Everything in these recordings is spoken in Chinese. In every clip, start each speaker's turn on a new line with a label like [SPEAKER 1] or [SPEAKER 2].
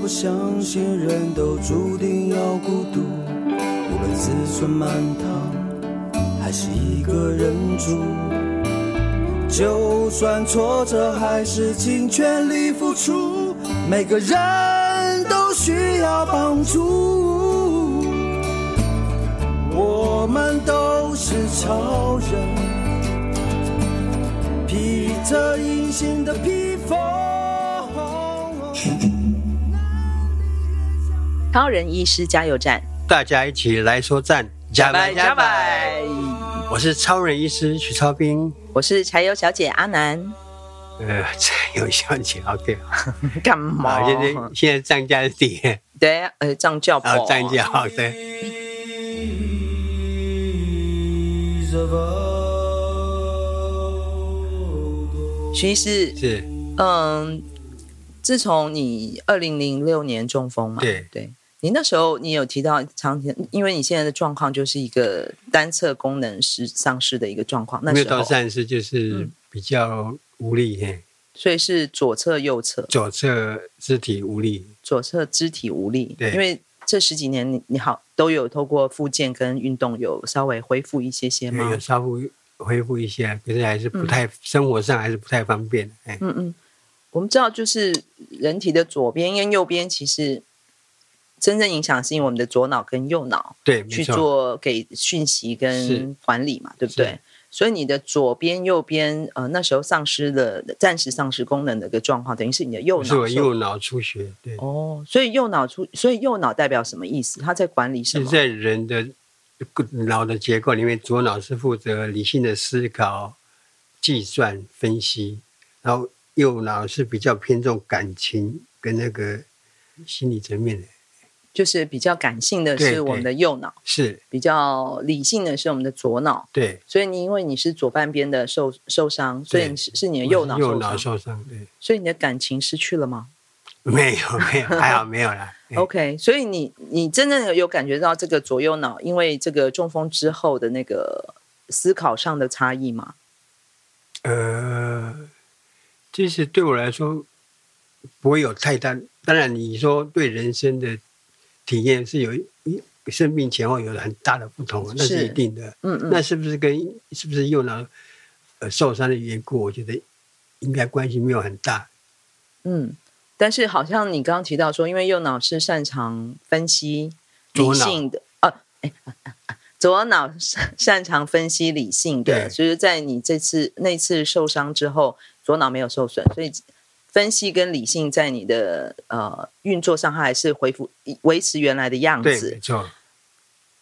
[SPEAKER 1] 不相信人都注定要孤独，无论自尊满堂还是一个人住，就算挫折还是尽全力付出，每个人都需要帮助，我们都是超人，披着隐形的披风。
[SPEAKER 2] 超人医师加油站，
[SPEAKER 3] 大家一起来说赞，加白加白！
[SPEAKER 2] 拜！
[SPEAKER 3] 我是超人医师许超斌，
[SPEAKER 2] 我是柴油小姐阿南，
[SPEAKER 3] 呃， 这有小姐，OK，
[SPEAKER 2] 干
[SPEAKER 3] 好，
[SPEAKER 2] 嘛？
[SPEAKER 3] 现在现在涨价是 跌，
[SPEAKER 2] 对，呃，藏教
[SPEAKER 3] 然
[SPEAKER 2] 婆
[SPEAKER 3] 后，涨 价，好哦对，
[SPEAKER 1] Is a world
[SPEAKER 2] 徐医师，
[SPEAKER 3] 是，
[SPEAKER 2] 嗯，自从你二零零六年中风嘛，
[SPEAKER 3] 对
[SPEAKER 2] 对，你那时候你有提到长期，因为你现在的状况就是一个单侧功能失丧失的一个状况，那
[SPEAKER 3] 没有
[SPEAKER 2] 时
[SPEAKER 3] 到
[SPEAKER 2] 候
[SPEAKER 3] 三十就是
[SPEAKER 2] 嗯
[SPEAKER 3] 比较无力，嘿，
[SPEAKER 2] 所以是左侧、右侧，
[SPEAKER 3] 左侧肢体无力，
[SPEAKER 2] 左侧肢体无力，
[SPEAKER 3] 对
[SPEAKER 2] 因为这十几年你你好都有透过复健跟运动有稍微恢复一些些吗
[SPEAKER 3] 有？稍微恢复一些，可是还是不太，生活上还是不太方便，哎，
[SPEAKER 2] 嗯嗯，我们知道就是人体的左边跟右边其实真正影响是因为我们的左脑跟右脑。
[SPEAKER 3] 对，没
[SPEAKER 2] 去
[SPEAKER 3] 错，
[SPEAKER 2] 做给讯息
[SPEAKER 3] 是
[SPEAKER 2] 跟管理嘛，对不对
[SPEAKER 3] 是？
[SPEAKER 2] 所以你的左边、右边，呃，那时候丧失了暂时丧失功能的一个状况，等于是你的右脑
[SPEAKER 3] 是我
[SPEAKER 2] 受
[SPEAKER 3] 右脑出血，对，
[SPEAKER 2] 哦，所以右脑出，所以右脑代表什么意思？它在管理什
[SPEAKER 3] 是
[SPEAKER 2] 么？
[SPEAKER 3] 在人的脑的结构里面，左脑是负责理性的思考、计算、分析，然后右脑是比较偏重感情跟那个心理层面的。
[SPEAKER 2] 就是比较感性的
[SPEAKER 3] 对
[SPEAKER 2] 是我们的右脑，
[SPEAKER 3] 是，
[SPEAKER 2] 比较理性的是我们的左脑。
[SPEAKER 3] 对，
[SPEAKER 2] 所以你因为你是左半边的受受伤，所以你是是你的右脑
[SPEAKER 3] 右
[SPEAKER 2] 受
[SPEAKER 3] 脑
[SPEAKER 2] 伤，
[SPEAKER 3] 受伤，对，
[SPEAKER 2] 所以你的感情失去了吗？
[SPEAKER 3] 没有没有，还好没有 啦。哎
[SPEAKER 2] OK，所以你你真正有感觉到这个左右脑因为这个中风之后的那个思考上的差异吗？
[SPEAKER 3] 呃，其实对我来说不会有太大。当然，你说对人生的体验是有一生病前后有很大的不同，啊那是
[SPEAKER 2] 是
[SPEAKER 3] 一定的。
[SPEAKER 2] 嗯嗯，
[SPEAKER 3] 那是不是跟是不是右脑呃受伤的缘故？我觉得应该关系没有很大。
[SPEAKER 2] 嗯，但是好像你刚刚提到说，因为右脑是擅长分析理
[SPEAKER 3] 左脑
[SPEAKER 2] 性的，呃，哎 啊啊啊左脑擅擅长分析理性的，
[SPEAKER 3] 对
[SPEAKER 2] 就是在你这次那次受伤之后，左脑没有受损，所以分析跟理性在你的呃运作上，它还是恢复维持原来的样
[SPEAKER 3] 对，
[SPEAKER 2] 子
[SPEAKER 3] 没。错，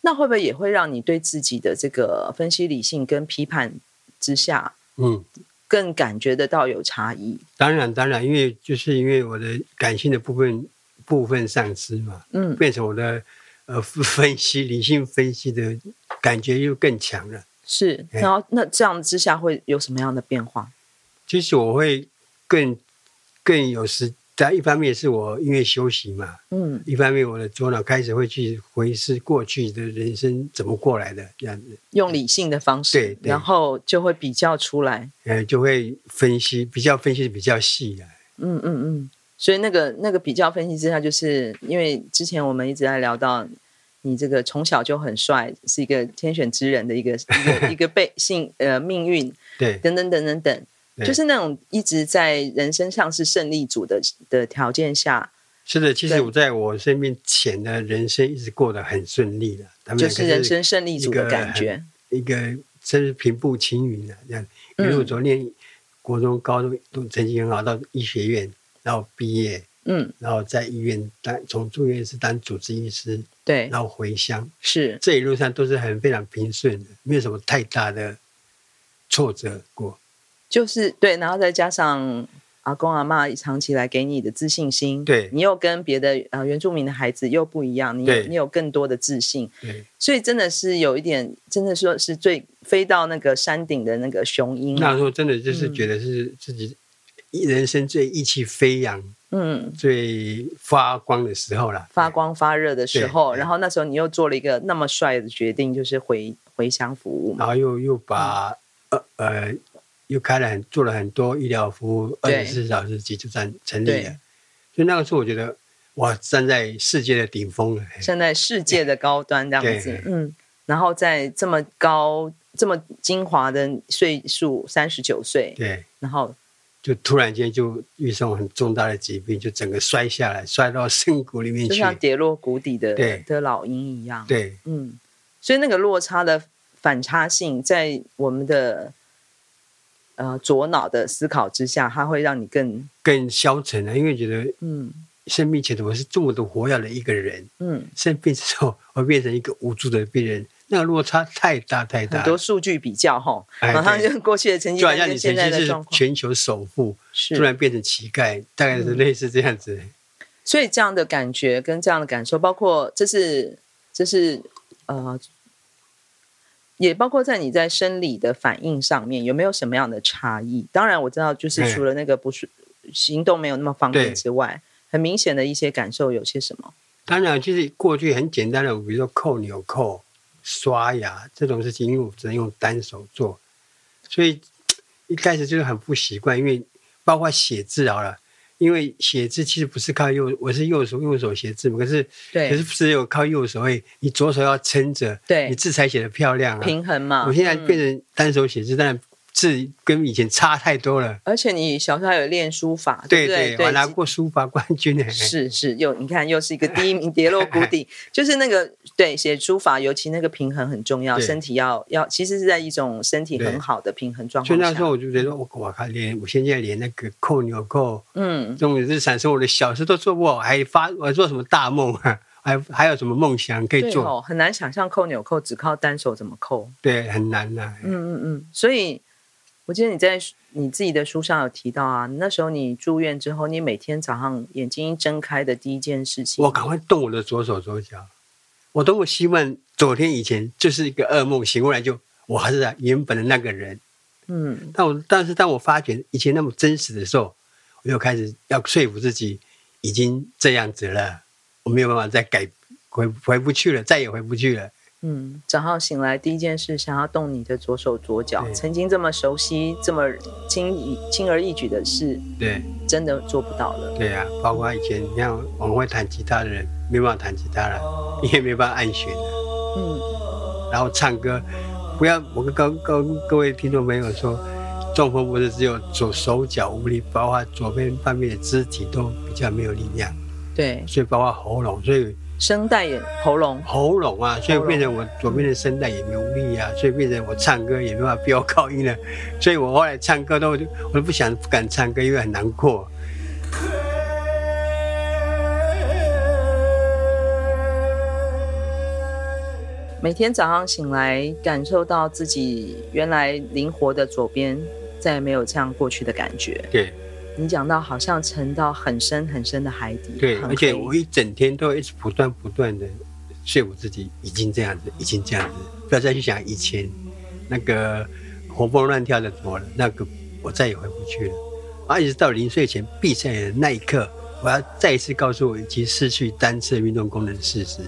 [SPEAKER 2] 那会不会也会让你对自己的这个分析理性跟批判之下，
[SPEAKER 3] 嗯，
[SPEAKER 2] 更感觉得到有差异？
[SPEAKER 3] 当然当然，因为就是因为我的感性的部分部分丧失嘛，
[SPEAKER 2] 嗯，
[SPEAKER 3] 变成我的呃分析理性分析的感觉又更强了。
[SPEAKER 2] 是。
[SPEAKER 3] 哎
[SPEAKER 2] 然后那这样之下会有什么样的变化？
[SPEAKER 3] 其实我会更更有时，但一方面是我因为休息嘛，
[SPEAKER 2] 嗯，
[SPEAKER 3] 一方面我的左脑开始会去回思过去的人生怎么过来的这样子。
[SPEAKER 2] 用理性的方式，
[SPEAKER 3] 对对
[SPEAKER 2] 然后就会比较出来。
[SPEAKER 3] 呃，就会分析，比较分析得比较细的、
[SPEAKER 2] 嗯嗯嗯。所以那个那个比较分析之下，就是因为之前我们一直在聊到。你这个从小就很帅，是一个天选之人的一个一个一个被幸呃命运
[SPEAKER 3] 对，
[SPEAKER 2] 等等等等等，
[SPEAKER 3] 对
[SPEAKER 2] 就是那种一直在人身上是胜利组的的条件下，
[SPEAKER 3] 是的。其
[SPEAKER 2] 对
[SPEAKER 3] 实我在我生病前的人生一直过得很顺利的，他们
[SPEAKER 2] 就
[SPEAKER 3] 两个
[SPEAKER 2] 是人生胜利组的感觉。
[SPEAKER 3] 一个真是平步青云的、这样一
[SPEAKER 2] 嗯
[SPEAKER 3] 路从念国中、高中都成绩很好，到医学院，然后毕业，
[SPEAKER 2] 嗯，
[SPEAKER 3] 然后在医院当从住院是当主治医师，
[SPEAKER 2] 对，
[SPEAKER 3] 然后回乡，
[SPEAKER 2] 是
[SPEAKER 3] 这一路上都是很非常平顺的，没有什么太大的挫折过。
[SPEAKER 2] 就是对，然后再加上阿公阿妈长期来给你的自信心，
[SPEAKER 3] 对
[SPEAKER 2] 你又跟别的呃原住民的孩子又不一样，你有
[SPEAKER 3] 对
[SPEAKER 2] 你有更多的自信，
[SPEAKER 3] 对，
[SPEAKER 2] 所以真的是有一点，真的说是最飞到那个山顶的那个雄鹰
[SPEAKER 3] 那
[SPEAKER 2] 啊，
[SPEAKER 3] 时候真的就是
[SPEAKER 2] 嗯
[SPEAKER 3] 觉得是自己一人生最意气飞扬、
[SPEAKER 2] 嗯，
[SPEAKER 3] 最发光的时候了。
[SPEAKER 2] 发光发热的时候，
[SPEAKER 3] 对
[SPEAKER 2] 然后那时候你又做了一个那么帅的决定，就是回回乡服务嘛
[SPEAKER 3] 对，然。后又又把、
[SPEAKER 2] 嗯
[SPEAKER 3] 呃呃又开了很做了很多医疗服务，二
[SPEAKER 2] 对
[SPEAKER 3] 十四小时急救站成立
[SPEAKER 2] 对
[SPEAKER 3] 了。所以那个时候我觉得哇，站在世界的顶峰了。嘿
[SPEAKER 2] 站在世界的高端这样子
[SPEAKER 3] 对，
[SPEAKER 2] 嗯，然后在这么高、这么精华的岁数，三十九岁，
[SPEAKER 3] 对，
[SPEAKER 2] 然后
[SPEAKER 3] 就突然间就遇上很重大的疾病，就整个摔下来，摔到深谷里面
[SPEAKER 2] 就
[SPEAKER 3] 去。
[SPEAKER 2] 像跌落谷底的
[SPEAKER 3] 对
[SPEAKER 2] 的老鹰一样，
[SPEAKER 3] 对，
[SPEAKER 2] 嗯，所以那个落差的反差性，在我们的呃左脑的思考之下，它会让你更
[SPEAKER 3] 更消沉了，因为觉得
[SPEAKER 2] 嗯
[SPEAKER 3] 生病前我是这么的活跃的一个人，
[SPEAKER 2] 嗯
[SPEAKER 3] 生病之后我变成一个无助的病人，那个落差太大太
[SPEAKER 2] 很
[SPEAKER 3] 大了。
[SPEAKER 2] 多数据比较哈，
[SPEAKER 3] 哎
[SPEAKER 2] 马上
[SPEAKER 3] 对
[SPEAKER 2] 就过去的成绩
[SPEAKER 3] 就好
[SPEAKER 2] 单
[SPEAKER 3] 像
[SPEAKER 2] 跟
[SPEAKER 3] 你
[SPEAKER 2] 现
[SPEAKER 3] 曾
[SPEAKER 2] 在
[SPEAKER 3] 经
[SPEAKER 2] 的
[SPEAKER 3] 是
[SPEAKER 2] 状况
[SPEAKER 3] 全球首富，突
[SPEAKER 2] 是，嗯
[SPEAKER 3] 然变成乞丐，大概是类似这样子。
[SPEAKER 2] 所以这样的感觉跟这样的感受，包括这是这是呃。也包括在你在生理的反应上面有没有什么样的差异？当然我知道，就是
[SPEAKER 3] 哎
[SPEAKER 2] 除了那个不是行动没有那么方便
[SPEAKER 3] 对
[SPEAKER 2] 之外，很明显的一些感受有些什么？
[SPEAKER 3] 当然，就是过去很简单的，比如说扣纽扣、刷牙这种事情，因为我只能用单手做，所以一开始就是很不习惯。因为包括写字好了，因为写字其实不是靠右，我是右手右手写字嘛，可是
[SPEAKER 2] 对，
[SPEAKER 3] 可是只有靠右手会，你左手要撑着，
[SPEAKER 2] 对
[SPEAKER 3] 你字才写得漂亮啊。
[SPEAKER 2] 平衡嘛。
[SPEAKER 3] 我现在
[SPEAKER 2] 嗯
[SPEAKER 3] 变成单手写字，但字跟以前差太多了。
[SPEAKER 2] 而且你小时候还有练书法，
[SPEAKER 3] 对
[SPEAKER 2] 不对
[SPEAKER 3] 对，我拿过书法冠军 呢。
[SPEAKER 2] 是是，又你看又是一个第一名跌落谷底，就是那个对写书法，尤其那个平衡很重要，
[SPEAKER 3] 对
[SPEAKER 2] 身体要要，其实是在一种身体很
[SPEAKER 3] 对
[SPEAKER 2] 啊好的平衡状
[SPEAKER 3] 所
[SPEAKER 2] 况
[SPEAKER 3] 以
[SPEAKER 2] 下。
[SPEAKER 3] 那时候我就觉得，我我靠，连我现在连那个扣纽扣这
[SPEAKER 2] 嗯，
[SPEAKER 3] 种日常生活的小事都做不好，还发我还做什么大梦啊？还还有什么梦想可以
[SPEAKER 2] 对
[SPEAKER 3] 做？
[SPEAKER 2] 哦，很难想象扣纽扣只靠单手怎么扣。
[SPEAKER 3] 对，很难啊呐、
[SPEAKER 2] 嗯嗯嗯，所以我记得你在你自己的书上有提到啊，那时候你住院之后，你每天早上眼睛一睁开的第一件事情，
[SPEAKER 3] 我赶快动我的左手左脚，我多么希望昨天以前就是一个噩梦，醒过来就我还是啊原本的那个人。
[SPEAKER 2] 嗯
[SPEAKER 3] 但我但是当我发觉以前那么真实的时候，我又开始要说服自己，已经这样子了，我没有办法再改回回不去了，再也回不去了。
[SPEAKER 2] 嗯，早上醒来第一件事，想要动你的左手左脚，
[SPEAKER 3] 对
[SPEAKER 2] 曾经这么熟悉、这么轻易轻而易举的事，
[SPEAKER 3] 对
[SPEAKER 2] 真的做不到了。
[SPEAKER 3] 对啊，包括以前你看我们会弹吉他的人，没办法弹吉他了，你也没办法按弦了。
[SPEAKER 2] 嗯，
[SPEAKER 3] 然后唱歌，不要我跟跟跟各位听众朋友说，中风不是只有左手脚无力，包括左边半边的肢体都比较没有力量，
[SPEAKER 2] 对，
[SPEAKER 3] 所以包括喉咙，所以。
[SPEAKER 2] 声带也喉咙，
[SPEAKER 3] 喉咙啊，所以
[SPEAKER 2] 喉咙
[SPEAKER 3] 变成我左边的声带也没有力啊，所以变成我唱歌也没办法飙高音了，所以我后来唱歌都我都不想不敢唱歌，因为很难过。
[SPEAKER 2] 每天早上醒来，感受到自己原来灵活的左边再也没有这样过去的感觉。
[SPEAKER 3] 对
[SPEAKER 2] 你讲到好像沉到很深很深的海底，
[SPEAKER 3] 对，
[SPEAKER 2] 很
[SPEAKER 3] 而且
[SPEAKER 2] 黑
[SPEAKER 3] 我一整天都一直不断不断的说服自己，已经这样子，已经这样子，不要再去想以前那个活蹦乱跳的我了，那个我再也回不去了。啊，一直到临睡前闭上眼的那一刻，我要再一次告诉我已经失去单次运动功能的事实，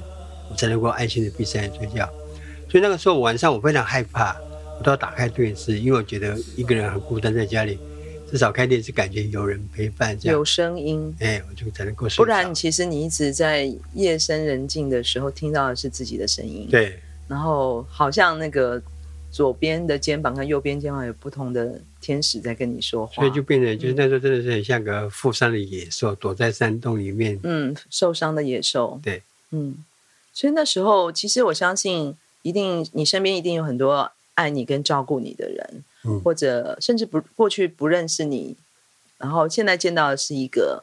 [SPEAKER 3] 我才能够安心的闭上眼睡觉。所以那个时候晚上我非常害怕，我都要打开电视，因为我觉得一个人很孤单在家里，至少开电视感觉有人陪伴这样
[SPEAKER 2] 有。声音。
[SPEAKER 3] 哎、我就才能够睡
[SPEAKER 2] 不
[SPEAKER 3] 着。
[SPEAKER 2] 然，其实你一直在夜深人静的时候听到的是自己的声音。
[SPEAKER 3] 对
[SPEAKER 2] 然后好像那个左边的肩膀跟右边肩膀有不同的天使在跟你说话，
[SPEAKER 3] 所以就变成就是那时候真的是很像个负伤的野兽，躲在山洞里面。
[SPEAKER 2] 嗯受伤的野兽，
[SPEAKER 3] 对，
[SPEAKER 2] 嗯，所以那时候其实我相信，一定你身边一定有很多爱你跟照顾你的人，
[SPEAKER 3] 嗯
[SPEAKER 2] 或者甚至不过去不认识你，然后现在见到的是一个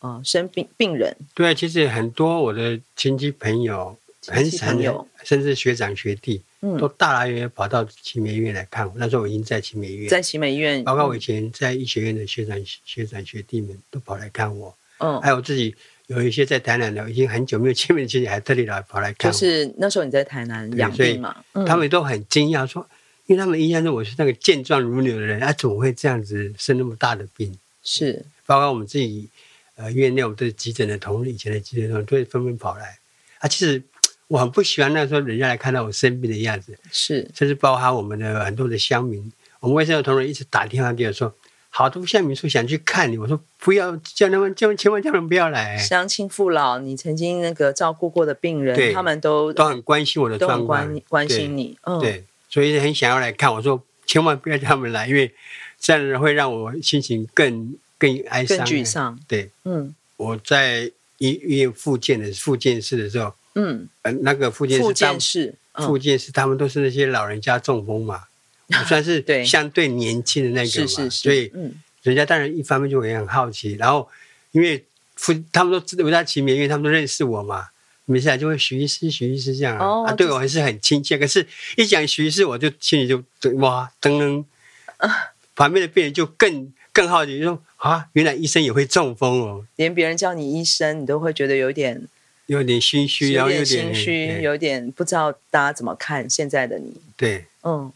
[SPEAKER 2] 呃生病病人，
[SPEAKER 3] 对啊，其实很多我的亲戚朋友、很
[SPEAKER 2] 亲戚朋友，
[SPEAKER 3] 甚至学长学弟，都
[SPEAKER 2] 嗯，
[SPEAKER 3] 大老远跑到奇美医院来看我。那时候我已经在奇美医院，
[SPEAKER 2] 在奇美医院，
[SPEAKER 3] 包括我以前在医学院的学长、学长学弟们都跑来看我，
[SPEAKER 2] 嗯，
[SPEAKER 3] 还有自己有一些在台南的，已经很久没有见面的亲戚，还特地来跑来看
[SPEAKER 2] 就
[SPEAKER 3] 我。
[SPEAKER 2] 是那时候你在台南
[SPEAKER 3] 对
[SPEAKER 2] 养
[SPEAKER 3] 所以
[SPEAKER 2] 病嘛，嗯
[SPEAKER 3] 他们都很惊讶，说，因为他们印象中我是那个健壮如牛的人，啊，怎么会这样子生那么大的病？
[SPEAKER 2] 是
[SPEAKER 3] 包括我们自己呃院内我们的急诊的同事，以前的急诊同事都会纷纷跑来。啊，其实我很不喜欢那时候人家来看到我生病的样子，
[SPEAKER 2] 是，
[SPEAKER 3] 甚至包含我们的很多的乡民，我们卫生的同仁一直打电话给我说：“好多像民宿想去看你，我说不要叫他们，叫千万叫他们不要来，
[SPEAKER 2] 乡亲父老，你曾经那个照顾过的病人，
[SPEAKER 3] 对
[SPEAKER 2] 他们都
[SPEAKER 3] 都很关心我的
[SPEAKER 2] 都
[SPEAKER 3] 状
[SPEAKER 2] 很
[SPEAKER 3] 况
[SPEAKER 2] 关，关
[SPEAKER 3] 对
[SPEAKER 2] 心你，嗯，
[SPEAKER 3] 对，所以很想要来看。我说千万不要叫他们来，因为这样会让我心情更更哀
[SPEAKER 2] 更
[SPEAKER 3] 伤、啊
[SPEAKER 2] 沮。丧，
[SPEAKER 3] 对，
[SPEAKER 2] 嗯
[SPEAKER 3] 我在医院复健的复健室的时候，
[SPEAKER 2] 嗯，
[SPEAKER 3] 呃，那个复健室
[SPEAKER 2] 复
[SPEAKER 3] 他
[SPEAKER 2] 健
[SPEAKER 3] 们
[SPEAKER 2] 室，
[SPEAKER 3] 复
[SPEAKER 2] 嗯，啊
[SPEAKER 3] 健室他们都是那些老人家中风嘛，我算是
[SPEAKER 2] 对
[SPEAKER 3] 相对年轻的那个嘛，
[SPEAKER 2] 是是
[SPEAKER 3] 所以
[SPEAKER 2] 是，嗯，
[SPEAKER 3] 人家当然一方面就也很好奇，然后因为夫他们都知道我在奇美，因为他们都认识我嘛，每次来就会徐医师、徐医师这样啊，
[SPEAKER 2] 哦
[SPEAKER 3] 啊对我还是很亲切。可是，一讲徐医师，我就心里就哇噔噔，
[SPEAKER 2] 啊
[SPEAKER 3] 旁边的病人就更更好奇，就说啊，原来医生也会中风哦，
[SPEAKER 2] 连别人叫你医生，你都会觉得有点
[SPEAKER 3] 有点心虚，
[SPEAKER 2] 有
[SPEAKER 3] 然后有
[SPEAKER 2] 点
[SPEAKER 3] 点哎
[SPEAKER 2] 心虚，
[SPEAKER 3] 对
[SPEAKER 2] 有点不知道大家怎么看现在的你，
[SPEAKER 3] 对
[SPEAKER 2] 嗯。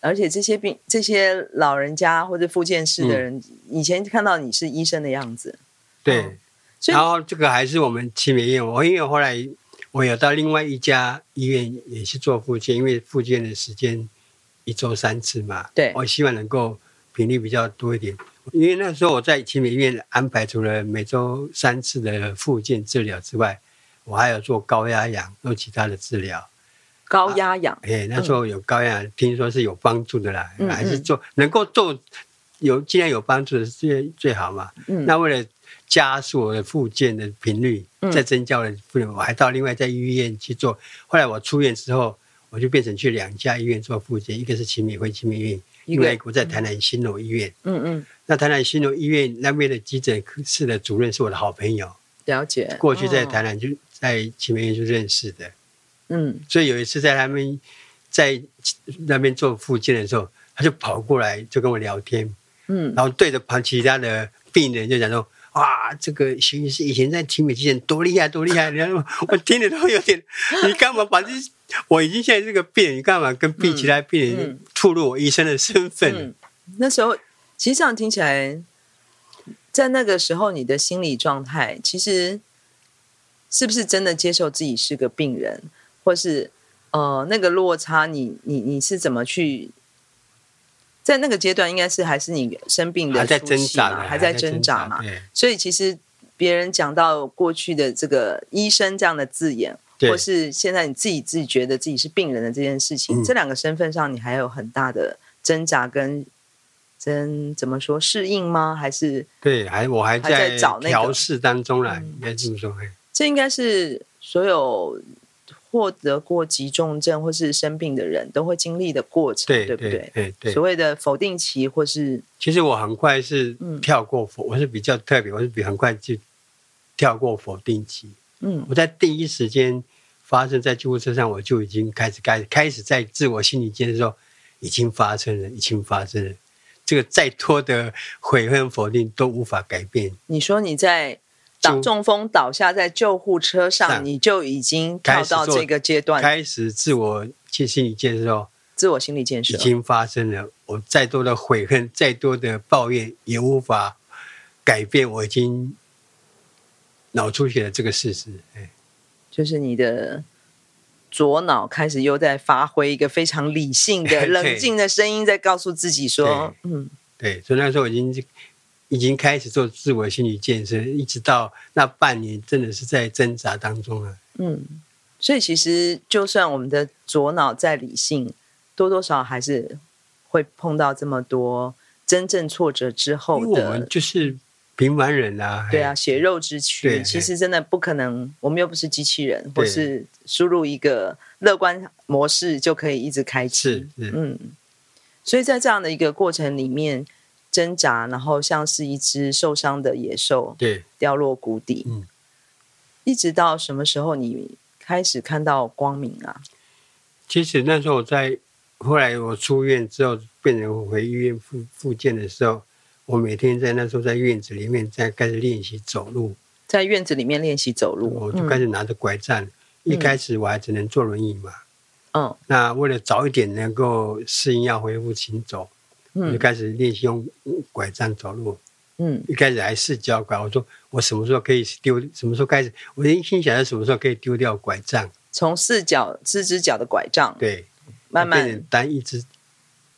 [SPEAKER 2] 而且这些病、这些老人家或者复健室的
[SPEAKER 3] 嗯
[SPEAKER 2] 人，以前看到你是医生的样子，
[SPEAKER 3] 对。
[SPEAKER 2] 哦所以
[SPEAKER 3] 然后这个还是我们奇美医院，我因为后来我有到另外一家医院也去做复健，因为复健的时间一周三次嘛，
[SPEAKER 2] 对
[SPEAKER 3] 我希望能够频率比较多一点。因为那时候我在奇美医院安排除了每周三次的复健治疗之外，我还有做高压氧，做其他的治疗。
[SPEAKER 2] 高压氧，
[SPEAKER 3] 哎，那时候有高压氧，听说是有帮助的啦，
[SPEAKER 2] 嗯
[SPEAKER 3] 还是
[SPEAKER 2] 嗯
[SPEAKER 3] 做能够做有尽量有帮助的是最最好嘛。
[SPEAKER 2] 嗯，
[SPEAKER 3] 那为了加速我的复健的频率
[SPEAKER 2] 嗯，
[SPEAKER 3] 再增加我的复健，我还到另外在医院去做。后来我出院之后，我就变成去两家医院做复健，一个是奇美会奇美医院，
[SPEAKER 2] 一
[SPEAKER 3] 另
[SPEAKER 2] 个
[SPEAKER 3] 外一个我在台南新楼医院。
[SPEAKER 2] 嗯嗯，
[SPEAKER 3] 那台南新楼医院那边的急诊室的主任是我的好朋友，
[SPEAKER 2] 了解。
[SPEAKER 3] 过去在
[SPEAKER 2] 哦
[SPEAKER 3] 台南就在奇美医院就认识的，
[SPEAKER 2] 嗯，
[SPEAKER 3] 所以有一次在他们在那边做复健的时候，他就跑过来就跟我聊天，
[SPEAKER 2] 嗯
[SPEAKER 3] 然后对着旁其他的病人就讲说：“哇，这个徐医师以前在体美之前多厉害，多厉害！”你看，我听着都有点，你干嘛把这？我已经现在是个病人，你干嘛跟病其他
[SPEAKER 2] 嗯
[SPEAKER 3] 病
[SPEAKER 2] 嗯
[SPEAKER 3] 人吐露我医生的身份？
[SPEAKER 2] 嗯，那时候其实这样听起来，在那个时候你的心理状态，其实是不是真的接受自己是个病人，或是呃那个落差你，你你是怎么去？在那个阶段，应该是还是你生病的
[SPEAKER 3] 还在
[SPEAKER 2] 初
[SPEAKER 3] 挣
[SPEAKER 2] 期
[SPEAKER 3] 扎
[SPEAKER 2] 嘛
[SPEAKER 3] 呢，
[SPEAKER 2] 还在挣扎嘛。
[SPEAKER 3] 对
[SPEAKER 2] 所以其实别人讲到过去的这个医生这样的字眼，
[SPEAKER 3] 对
[SPEAKER 2] 或是现在你自己自己觉得自己是病人的这件事情，
[SPEAKER 3] 嗯
[SPEAKER 2] 这两个身份上你还有很大的挣扎跟真怎么说适应吗？还是
[SPEAKER 3] 对，还我还
[SPEAKER 2] 还在
[SPEAKER 3] 在
[SPEAKER 2] 找那个
[SPEAKER 3] 调试当中啦，
[SPEAKER 2] 嗯
[SPEAKER 3] 应该这么说。哎嘿
[SPEAKER 2] 这应该是所有获得过急重症或是生病的人都会经历的过程，
[SPEAKER 3] 对
[SPEAKER 2] 不对？
[SPEAKER 3] 对对
[SPEAKER 2] 所。谓的否定期或是
[SPEAKER 3] 其实我很快是
[SPEAKER 2] 嗯
[SPEAKER 3] 跳过否，我是比较特别，我是比很快就跳过否定期。
[SPEAKER 2] 嗯
[SPEAKER 3] 我在第一时间发生在救护车上，我就已经开始开开始在自我心理建设说，已经发生了，已经发生了。这个再多的悔恨否定都无法改变，
[SPEAKER 2] 你说你在倒
[SPEAKER 3] 就
[SPEAKER 2] 中风倒下在救护车上，
[SPEAKER 3] 上
[SPEAKER 2] 你就已经跳到这个阶段，
[SPEAKER 3] 开始自我去心理建设说，
[SPEAKER 2] 自我心理建
[SPEAKER 3] 已
[SPEAKER 2] 设。
[SPEAKER 3] 经发生了。我再多的悔恨，再多的抱怨，也无法改变我已经脑出血的这个事实。哎，
[SPEAKER 2] 就是你的左脑开始又在发挥一个非常理性的、
[SPEAKER 3] 对
[SPEAKER 2] 冷静的声音，在告诉自己说：“嗯，
[SPEAKER 3] 对，所以那时候我已经已经开始做自我心理建设，一直到那半年，真的是在挣扎当中啊。
[SPEAKER 2] 嗯。”所以其实，就算我们的左脑再理性，多多少少还是会碰到这么多真正挫折之后
[SPEAKER 3] 因为我
[SPEAKER 2] 的
[SPEAKER 3] 们，就是平凡人啊，
[SPEAKER 2] 对啊，
[SPEAKER 3] 哎，
[SPEAKER 2] 血肉之躯。
[SPEAKER 3] 对哎
[SPEAKER 2] 其实真的不可能，我们又不是机器人，或
[SPEAKER 3] 对
[SPEAKER 2] 是输入一个乐观模式就可以一直开启。
[SPEAKER 3] 是是，
[SPEAKER 2] 嗯，所以在这样的一个过程里面挣扎，然后像是一只受伤的野兽
[SPEAKER 3] 对，
[SPEAKER 2] 掉落谷底，
[SPEAKER 3] 嗯
[SPEAKER 2] 一直到什么时候你开始看到光明啊？
[SPEAKER 3] 其实那时候我在后来我出院之后，变成我回医院复复健的时候，我每天在那时候在院子里面在开始练习走路，
[SPEAKER 2] 在院子里面练习走路，嗯
[SPEAKER 3] 我就开始拿着拐杖。一开始我还只能坐轮椅嘛，
[SPEAKER 2] 嗯
[SPEAKER 3] 那为了早一点能够适应要恢复行走，我就
[SPEAKER 2] 嗯
[SPEAKER 3] 开始练习用拐杖走路。
[SPEAKER 2] 嗯
[SPEAKER 3] 一开始还是教拐，我说我什么时候可以丢，什么时候开始，我已经心想要什么时候可以丢掉拐
[SPEAKER 2] 哦
[SPEAKER 3] 杖，
[SPEAKER 2] 从四脚四只脚的拐杖，
[SPEAKER 3] 对，
[SPEAKER 2] 慢
[SPEAKER 3] 变
[SPEAKER 2] 慢
[SPEAKER 3] 成单一只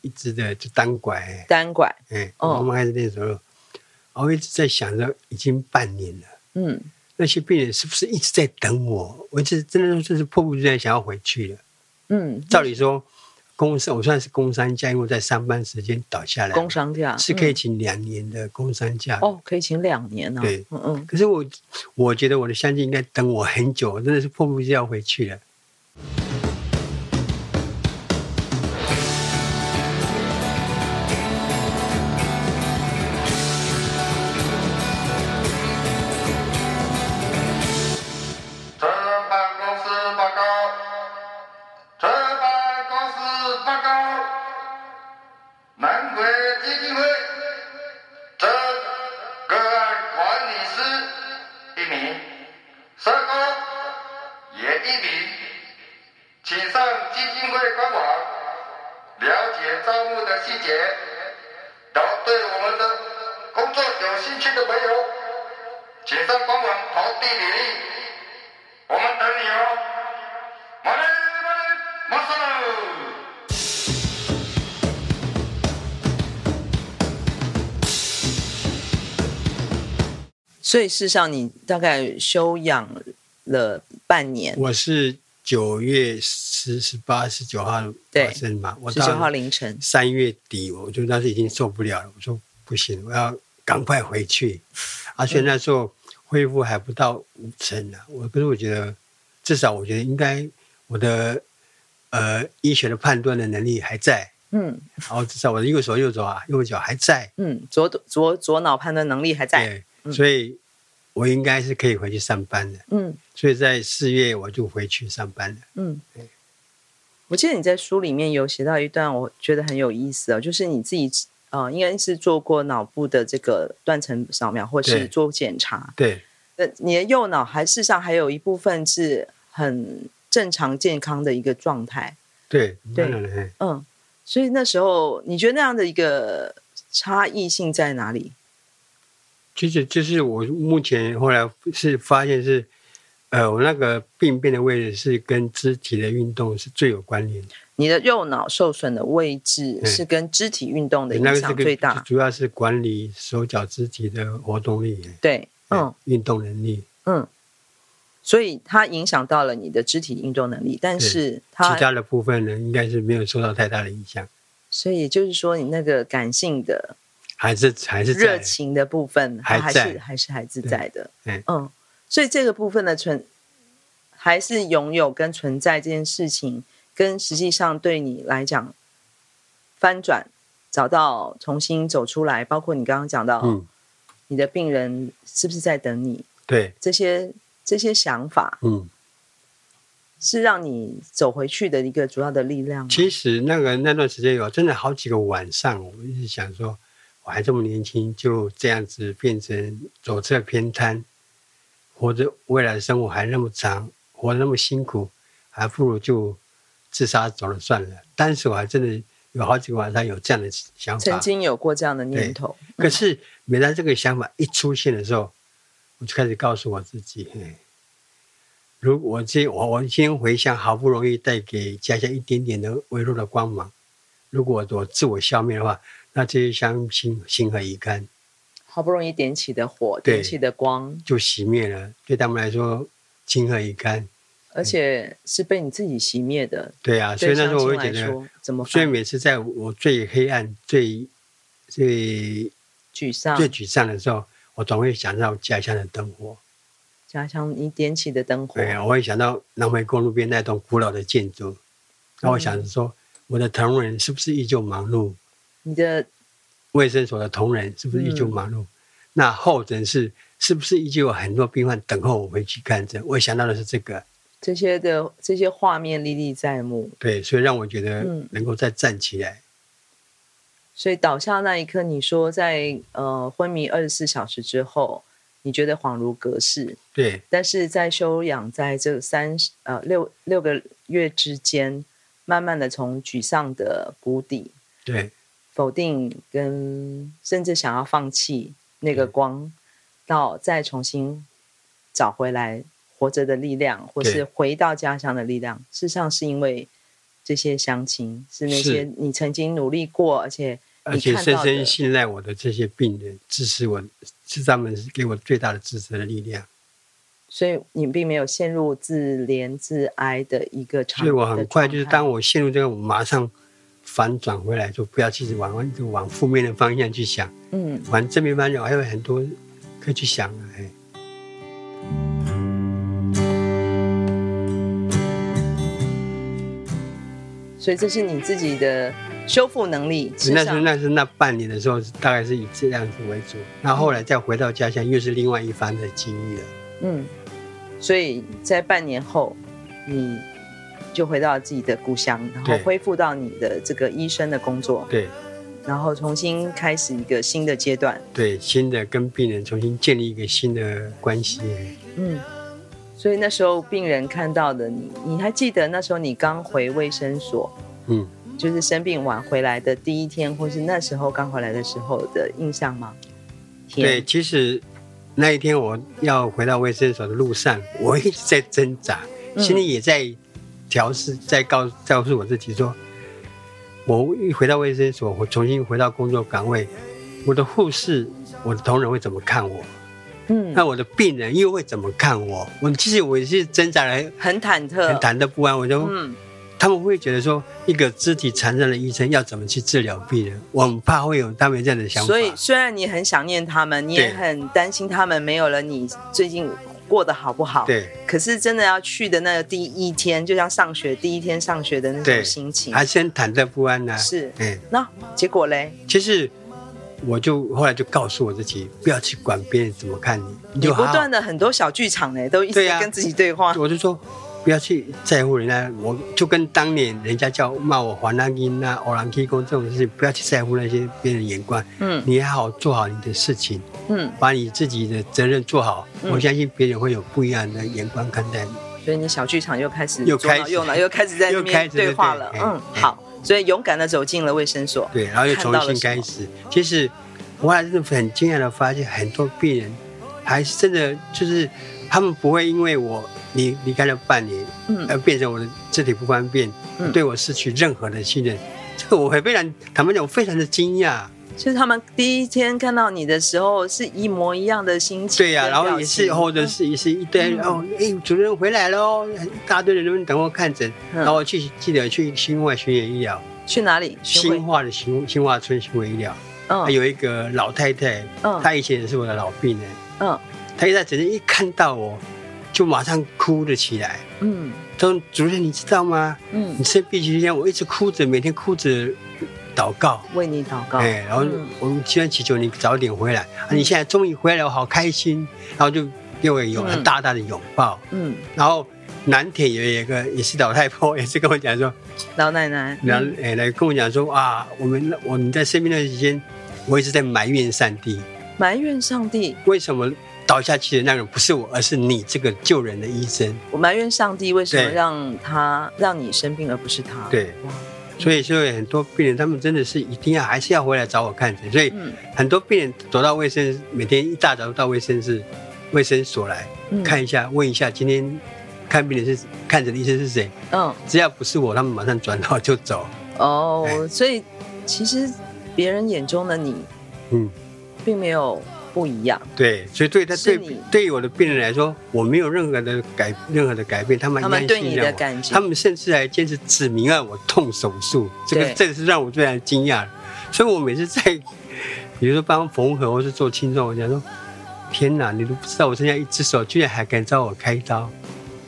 [SPEAKER 3] 一直的就单拐，
[SPEAKER 2] 单拐，
[SPEAKER 3] 哎，
[SPEAKER 2] 哦
[SPEAKER 3] 我们开始练手候，哦我一直在想着已经半年了，
[SPEAKER 2] 嗯
[SPEAKER 3] 那些病人是不是一直在等我？我这真的就是迫不及待想要回去了。
[SPEAKER 2] 嗯，
[SPEAKER 3] 照理说，工伤我算是工伤假，因为我在上班时间倒下来，
[SPEAKER 2] 工伤假
[SPEAKER 3] 是可以
[SPEAKER 2] 嗯
[SPEAKER 3] 请两年的工伤假。
[SPEAKER 2] 哦，可以请两年呢。
[SPEAKER 3] 对
[SPEAKER 2] 嗯嗯，
[SPEAKER 3] 可是我，我觉得我的乡亲应该等我很久，我真的是迫不及待要回去了。
[SPEAKER 4] 承办公司报告，承办公司报告，南国基金会征个案管理师一名，社工也一名，请上基金会官网了解招募的细节。然后对我们的工作有兴趣的朋友，请上官网投递履历。我们等你哦，马里马里马上。
[SPEAKER 2] 所以事实上你大概休养了半年，
[SPEAKER 3] 我是九月十、十八、十九号
[SPEAKER 2] 对
[SPEAKER 3] 发生嘛，我
[SPEAKER 2] 十九号
[SPEAKER 3] 到
[SPEAKER 2] 凌晨，
[SPEAKER 3] 三月底，我就当时已经受不了了，我说不行，我要赶快回去。而且那时候恢复还不到五成呢、啊我可是我觉得，至少我觉得应该我的呃医学的判断的能力还在，
[SPEAKER 2] 嗯
[SPEAKER 3] 然后至少我的右手右手啊右脚还在，
[SPEAKER 2] 嗯，左左左脑判断能力还在，
[SPEAKER 3] 对，所以我应该是可以回去上班的。
[SPEAKER 2] 嗯
[SPEAKER 3] 所以在四月我就回去上班了。
[SPEAKER 2] 嗯。我记得你在书里面有写到一段，我觉得很有意思哦，就是你自己呃，应该是做过脑部的这个断层扫描，或是
[SPEAKER 3] 对
[SPEAKER 2] 做检查。
[SPEAKER 3] 对，
[SPEAKER 2] 那你的右脑还事实上还有一部分是很正常健康的一个状态，
[SPEAKER 3] 对，
[SPEAKER 2] 对
[SPEAKER 3] 当然了，嘿
[SPEAKER 2] 嗯，所以那时候你觉得那样的一个差异性在哪里？
[SPEAKER 3] 就是就是我目前后来是发现是，呃，我那个病变的位置是跟肢体的运动是最有关联的，
[SPEAKER 2] 你的右脑受损的位置
[SPEAKER 3] 嗯
[SPEAKER 2] 是跟肢体运动的
[SPEAKER 3] 那
[SPEAKER 2] 影
[SPEAKER 3] 个
[SPEAKER 2] 响
[SPEAKER 3] 这
[SPEAKER 2] 最
[SPEAKER 3] 个
[SPEAKER 2] 大，
[SPEAKER 3] 主要是管理手脚肢体的活动力，嘿
[SPEAKER 2] 对，嗯，
[SPEAKER 3] 运动能力，
[SPEAKER 2] 嗯，所以它影响到了你的肢体运动能力，但是
[SPEAKER 3] 其
[SPEAKER 2] 它，
[SPEAKER 3] 他的部分呢应该是没有受到太大的影响，
[SPEAKER 2] 所以也就是说，你那个感性的、
[SPEAKER 3] 还是还是在
[SPEAKER 2] 热情的部分，它还
[SPEAKER 3] 还在
[SPEAKER 2] 是还是还是在的
[SPEAKER 3] 对，
[SPEAKER 2] 嗯，所以这个部分的存，还是拥有跟存在这件事情，跟实际上对你来讲，翻转。找到重新走出来，包括你刚刚讲到、
[SPEAKER 3] 嗯，
[SPEAKER 2] 你的病人是不是在等你，
[SPEAKER 3] 对，
[SPEAKER 2] 这些这些想法，
[SPEAKER 3] 嗯，
[SPEAKER 2] 是让你走回去的一个主要的力量吗。
[SPEAKER 3] 其实那个那段时间有真的好几个晚上，我一直想说，我还这么年轻，就这样子变成左侧偏瘫，活着未来的生活还那么长，活得那么辛苦，还不如就自杀走了算了。当时我还真的有好几个晚上有这样的想法，
[SPEAKER 2] 曾经有过这样的念头，
[SPEAKER 3] 可是每当这个想法一出现的时候，我就开始告诉我自己：，嘿，如果我今我我今天回乡，好不容易带给家乡一点点的微弱的光芒，如果我自我消灭的话，那这些乡亲情何以堪？
[SPEAKER 2] 好不容易点起的火，
[SPEAKER 3] 对
[SPEAKER 2] 点起的光，
[SPEAKER 3] 就熄灭了，对他们来说情何以堪？
[SPEAKER 2] 而且是被你自己熄灭的。
[SPEAKER 3] 对啊，所以
[SPEAKER 2] 对
[SPEAKER 3] 那时
[SPEAKER 2] 乡
[SPEAKER 3] 候我
[SPEAKER 2] 亲
[SPEAKER 3] 会
[SPEAKER 2] 来
[SPEAKER 3] 觉得，
[SPEAKER 2] 说，怎么
[SPEAKER 3] 所以
[SPEAKER 2] 办？
[SPEAKER 3] 每次在我最黑暗、最最
[SPEAKER 2] 沮丧，
[SPEAKER 3] 最沮丧的时候，我总会想到家乡的灯火。
[SPEAKER 2] 家乡你点起的灯火，
[SPEAKER 3] 对啊，我会想到南回公路边那栋古老的建筑，那我
[SPEAKER 2] 嗯
[SPEAKER 3] 想着说，我的同仁是不是依旧忙碌？
[SPEAKER 2] 你的
[SPEAKER 3] 卫生所的同仁是不是依旧忙
[SPEAKER 2] 嗯
[SPEAKER 3] 碌？那候诊室是不是依旧有很多病患等候我回去看诊？我想到的是这个，
[SPEAKER 2] 这些的这些画面历历在目，
[SPEAKER 3] 对，所以让我觉得
[SPEAKER 2] 嗯
[SPEAKER 3] 能够再站起来，
[SPEAKER 2] 所以倒下那一刻，你说在呃昏迷二十四小时之后，你觉得恍如隔世，
[SPEAKER 3] 对
[SPEAKER 2] 但是在休养在这三十呃六六个月之间，慢慢的从沮丧的谷底、
[SPEAKER 3] 对
[SPEAKER 2] 否定跟甚至想要放弃那
[SPEAKER 3] 嗯
[SPEAKER 2] 个光，到再重新找回来活着的力量，或
[SPEAKER 3] 对
[SPEAKER 2] 是回到家乡的力量，事实上是因为这些乡亲，是那
[SPEAKER 3] 是
[SPEAKER 2] 些你曾经努力过，而且
[SPEAKER 3] 而
[SPEAKER 2] 你
[SPEAKER 3] 且
[SPEAKER 2] 看
[SPEAKER 3] 深
[SPEAKER 2] 到
[SPEAKER 3] 深
[SPEAKER 2] 的，
[SPEAKER 3] 信赖我的这些病人，支持我，是他们给我最大的支持的力量。
[SPEAKER 2] 所以你并没有陷入自怜自哀的一个长。
[SPEAKER 3] 所以我很快就是，当
[SPEAKER 2] 我
[SPEAKER 3] 我陷入这个，我马上反转回来，就不要去往一直往负面的方向去想，
[SPEAKER 2] 嗯，
[SPEAKER 3] 往正面方向我还有很多可以去想啊。哎，
[SPEAKER 2] 所以这是你自己的修复能力。至
[SPEAKER 3] 那
[SPEAKER 2] 少
[SPEAKER 3] 是那是那半年的时候，大概是以这样子为主。那后来再回到家乡，又是另外一番的经历了。
[SPEAKER 2] 嗯，所以在半年后，你就回到自己的故乡，然后
[SPEAKER 3] 对
[SPEAKER 2] 恢复到你的这个医生的工作，
[SPEAKER 3] 对
[SPEAKER 2] 然后重新开始一个新的阶段。
[SPEAKER 3] 对，新的跟病人重新建立一个新的关系。哎
[SPEAKER 2] 嗯，所以那时候病人看到的你，你还记得那时候你刚回卫生所，
[SPEAKER 3] 嗯，
[SPEAKER 2] 就是生病晚回来的第一天，或是那时候刚回来的时候的印象吗？
[SPEAKER 3] 对，
[SPEAKER 2] 天，
[SPEAKER 3] 其实那一天我要回到卫生所的路上，我一直在挣扎，
[SPEAKER 2] 嗯
[SPEAKER 3] 心里也在调试，在告告诉我自己说，我一回到卫生所，我重新回到工作岗位，我的护士、我的同仁会怎么看我？
[SPEAKER 2] 嗯，
[SPEAKER 3] 那我的病人又会怎么看我？我其实我也是挣扎了很
[SPEAKER 2] 很忐忑，
[SPEAKER 3] 很忐忑不安，我就。
[SPEAKER 2] 嗯
[SPEAKER 3] 他们会觉得说，一个肢体残障的医生要怎么去治疗病人？我很怕会有他们这样的想法。
[SPEAKER 2] 所以虽然你很想念他们，你也
[SPEAKER 3] 对
[SPEAKER 2] 很担心他们没有了你最近过得好不好，，
[SPEAKER 3] 对，
[SPEAKER 2] 可是真的要去的那个第一天，就像上学第一天上学的那种
[SPEAKER 3] 对
[SPEAKER 2] 心情，
[SPEAKER 3] 还是很忐忑不安呢、
[SPEAKER 2] 是，
[SPEAKER 3] 哎，
[SPEAKER 2] 那结果嘞，
[SPEAKER 3] 其实我就后来就告诉我自己，不要去管别人怎么看你，你
[SPEAKER 2] 你
[SPEAKER 3] 就
[SPEAKER 2] 不
[SPEAKER 3] 好好
[SPEAKER 2] 断的很多小剧场呢，都一直
[SPEAKER 3] 啊对啊
[SPEAKER 2] 在跟自己对话，
[SPEAKER 3] 我就说不要去在乎人家，我就跟当年人家叫骂我黄兰英啊、欧兰基公这种事情，不要去在乎那些别人的眼光，
[SPEAKER 2] 嗯
[SPEAKER 3] 你好好做好你的事情，
[SPEAKER 2] 嗯，
[SPEAKER 3] 把你自己的责任做好，
[SPEAKER 2] 嗯
[SPEAKER 3] 我相信别人会有不一样的眼光看待你。
[SPEAKER 2] 所以你小剧场又开始
[SPEAKER 3] 又
[SPEAKER 2] 左脑
[SPEAKER 3] 开始
[SPEAKER 2] 右脑又开始在那
[SPEAKER 3] 又开
[SPEAKER 2] 边
[SPEAKER 3] 始对
[SPEAKER 2] 对话了，
[SPEAKER 3] 对
[SPEAKER 2] 嗯，
[SPEAKER 3] 嗯
[SPEAKER 2] 好，所以勇敢的走进了卫生所，
[SPEAKER 3] 对，然后又
[SPEAKER 2] 看
[SPEAKER 3] 重
[SPEAKER 2] 到了
[SPEAKER 3] 新
[SPEAKER 2] 什么
[SPEAKER 3] 开始。其实我还是很惊讶的发现，很多病人还是真的就是他们不会因为我离离开了半年，
[SPEAKER 2] 嗯
[SPEAKER 3] 而变成我的肢体不方便，
[SPEAKER 2] 嗯
[SPEAKER 3] 对我失去任何的信任。这个我会非常坦白讲，我非常的惊讶。
[SPEAKER 2] 就是他们第一天看到你的时候是一模一样的心嗯情，
[SPEAKER 3] 对呀、然后也是，哦或者是也是一堆、哦，哎，主任回来喽，一大堆人等我看诊，
[SPEAKER 2] 嗯
[SPEAKER 3] 然后我去记得去新化巡演医疗，
[SPEAKER 2] 去哪里？巡回
[SPEAKER 3] 新化的新新化村巡回医疗，还
[SPEAKER 2] 嗯
[SPEAKER 3] 有一个老太太，
[SPEAKER 2] 嗯
[SPEAKER 3] 她以前也是我的老病人。
[SPEAKER 2] 嗯
[SPEAKER 3] 他一在诊间一看到我，就马上哭了起来。
[SPEAKER 2] 嗯
[SPEAKER 3] 他说：“主任，你知道吗？
[SPEAKER 2] 嗯
[SPEAKER 3] 你，生病期间，我一直哭着，每天哭着祷告。
[SPEAKER 2] 为你祷告，
[SPEAKER 3] 哎，然后
[SPEAKER 2] 嗯
[SPEAKER 3] 我们希望祈求你早点回来。啊，你现在终于回来，我好开心。然后就给我有
[SPEAKER 2] 嗯
[SPEAKER 3] 很大大的拥抱。
[SPEAKER 2] 嗯，
[SPEAKER 3] 然后南铁有一个也是老太婆，也是跟我讲说，
[SPEAKER 2] 老奶奶，
[SPEAKER 3] 然后哎来跟我讲说啊，我们我你在生病那段时间，我一直在埋怨上帝，
[SPEAKER 2] 埋怨上帝，
[SPEAKER 3] 为什么倒下去的那个人不是我，而是你这个救人的医生。”
[SPEAKER 2] 我埋怨上帝为什么
[SPEAKER 3] 对
[SPEAKER 2] 让他让你生病而不是他？
[SPEAKER 3] 对
[SPEAKER 2] 哇，
[SPEAKER 3] 所以，所以很多病人他们真的是一定要还是要回来找我看诊，所以
[SPEAKER 2] 嗯
[SPEAKER 3] 很多病人走到卫生，每天一大早到卫生室、卫生所来
[SPEAKER 2] 嗯
[SPEAKER 3] 看一下，问一下今天看病人是看诊的医生是谁，
[SPEAKER 2] 嗯
[SPEAKER 3] 只要不是我，他们马上转头就走。
[SPEAKER 2] 哦，
[SPEAKER 3] 哎
[SPEAKER 2] 所以其实别人眼中的你
[SPEAKER 3] 嗯，
[SPEAKER 2] 并没有不一样，
[SPEAKER 3] 对，所以对他
[SPEAKER 2] 是
[SPEAKER 3] 对
[SPEAKER 2] 你
[SPEAKER 3] 对于我的病人来说，我没有任何的改任何的改变，他们
[SPEAKER 2] 他们
[SPEAKER 3] 依然
[SPEAKER 2] 对
[SPEAKER 3] 信
[SPEAKER 2] 你
[SPEAKER 3] 任
[SPEAKER 2] 的
[SPEAKER 3] 我
[SPEAKER 2] 感觉
[SPEAKER 3] 他们甚至还坚持指明让我动手术，这个
[SPEAKER 2] 对
[SPEAKER 3] 这个是让我非常惊讶的。所以我每次在，比如说帮缝合或是做轻重，我想说，天哪，你都不知道我剩下一只手，居然还敢找我开刀。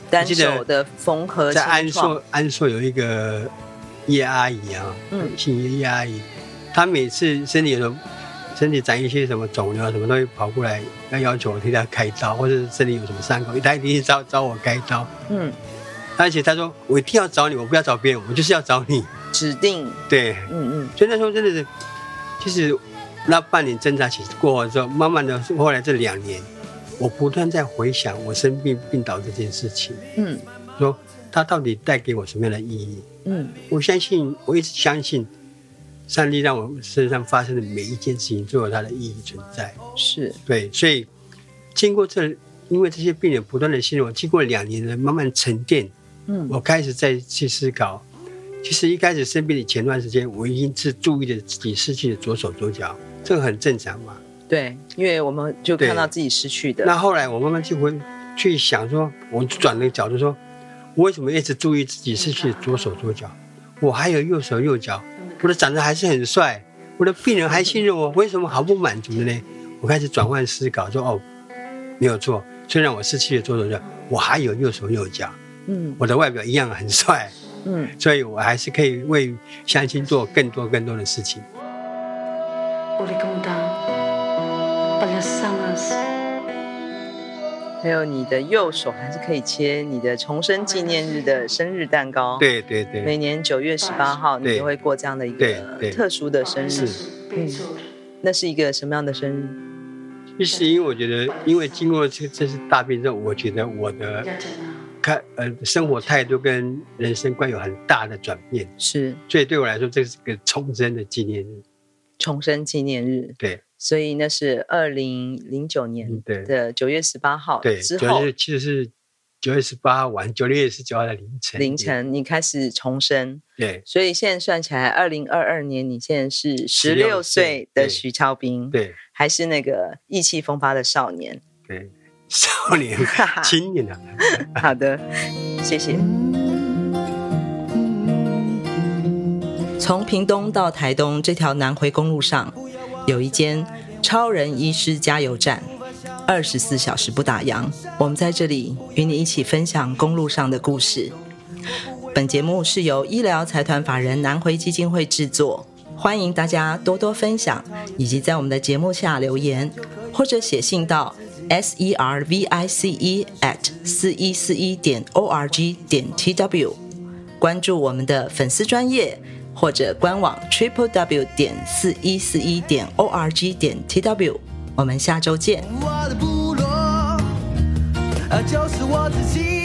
[SPEAKER 2] 单
[SPEAKER 3] 记得
[SPEAKER 2] 手的缝合
[SPEAKER 3] 在安
[SPEAKER 2] 清创，
[SPEAKER 3] 硕安硕有一个叶阿姨啊，
[SPEAKER 2] 嗯
[SPEAKER 3] 姓叶叶阿姨，她每次身体有什么身体长一些什么肿瘤啊，什么东西跑过来要要求我替她开刀，或者是身体有什么伤口，她一定找找我开刀。
[SPEAKER 2] 嗯，
[SPEAKER 3] 而且她说我一定要找你，我不要找别人，我就是要找你。
[SPEAKER 2] 指定，
[SPEAKER 3] 对，
[SPEAKER 2] 嗯嗯
[SPEAKER 3] 所以那时候真的是，其实那半年挣扎期过后之后，慢慢的后来这两年，我不断在回想我生病病倒这件事情，
[SPEAKER 2] 嗯
[SPEAKER 3] 说它到底带给我什么样的意义。
[SPEAKER 2] 嗯
[SPEAKER 3] 我相信，我一直相信，上帝让我身上发生的每一件事情都有它的意义存在。
[SPEAKER 2] 是，
[SPEAKER 3] 对，所以经过这，因为这些病人不断的信任我，经过两年的慢慢沉淀，
[SPEAKER 2] 嗯
[SPEAKER 3] 我开始再去思考其实一开始生病的前段时间，我已经是注意了自己失去的左手左脚，这个很正常嘛。
[SPEAKER 2] 对，因为我们就
[SPEAKER 3] 对
[SPEAKER 2] 看到自己失去的，
[SPEAKER 3] 那后来我慢慢就会去想说，我转了个角度说，我为什么一直注意自己失去的左手左脚？我还有右手右脚，我的长得还是很帅，我的病人还信任我，为什么毫不满足的呢？我开始转换思考，说哦，没有错，虽然我失去了左手右脚，我还有右手右脚，
[SPEAKER 2] 嗯
[SPEAKER 3] 我的外表一样很帅，
[SPEAKER 2] 嗯，
[SPEAKER 3] 所以我还是可以为相亲做更多更多的事情。
[SPEAKER 5] Urigunda, palhaçamas,
[SPEAKER 2] 还有你的右手还是可以切你的重生纪念日的生日蛋糕。，
[SPEAKER 3] 对对对
[SPEAKER 2] 每年九月十八号，你
[SPEAKER 3] 对
[SPEAKER 2] 就会过这样的一
[SPEAKER 3] 对
[SPEAKER 2] 个
[SPEAKER 3] 对
[SPEAKER 2] 特殊的生日。
[SPEAKER 5] beijos.
[SPEAKER 2] 那是一个什么样的生日？
[SPEAKER 3] 其实因为我觉得，因为经过这这次大病之后，我觉得我的
[SPEAKER 5] Yatana.
[SPEAKER 3] 看呃生活态度跟人生观有很大的转变，
[SPEAKER 2] 是
[SPEAKER 3] 所以对我来说，这是个重生的纪念日。
[SPEAKER 2] 重生纪念日，
[SPEAKER 3] 对
[SPEAKER 2] 所以那是二零零九年
[SPEAKER 3] 嗯对
[SPEAKER 2] 的九月十八号
[SPEAKER 3] 对，
[SPEAKER 2] 哦之
[SPEAKER 3] 九
[SPEAKER 2] 后
[SPEAKER 3] 月其实是九月十八晚，九月十九号的凌晨。
[SPEAKER 2] 凌晨，你开始重生。
[SPEAKER 3] 对
[SPEAKER 2] 所以现在算起来，二零二二年你现在是十六岁的
[SPEAKER 3] 对
[SPEAKER 2] 徐超斌，，
[SPEAKER 3] 对
[SPEAKER 2] 还是那个意气风发的少年。
[SPEAKER 3] 对，少年青年啊，
[SPEAKER 2] 好的，谢谢。从屏东到台东这条南回公路上，有一间超人医师加油站，二十四小时不打烊。我们在这里与你一起分享公路上的故事。本节目是由医疗财团法人南回基金会制作，欢迎大家多多分享，以及在我们的节目下留言，或者写信到 s e r v i c e at 四一四一点 o r g 点 t w，关注我们的粉丝专业或者官网 triple w 点四一四一点 o r g 点 t w，我们下周见。
[SPEAKER 1] 啊我的部落，呃，就是我自己。啊